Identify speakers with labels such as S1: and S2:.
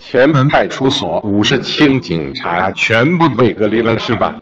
S1: 前门派出所五十清警察全部被隔离了是吧？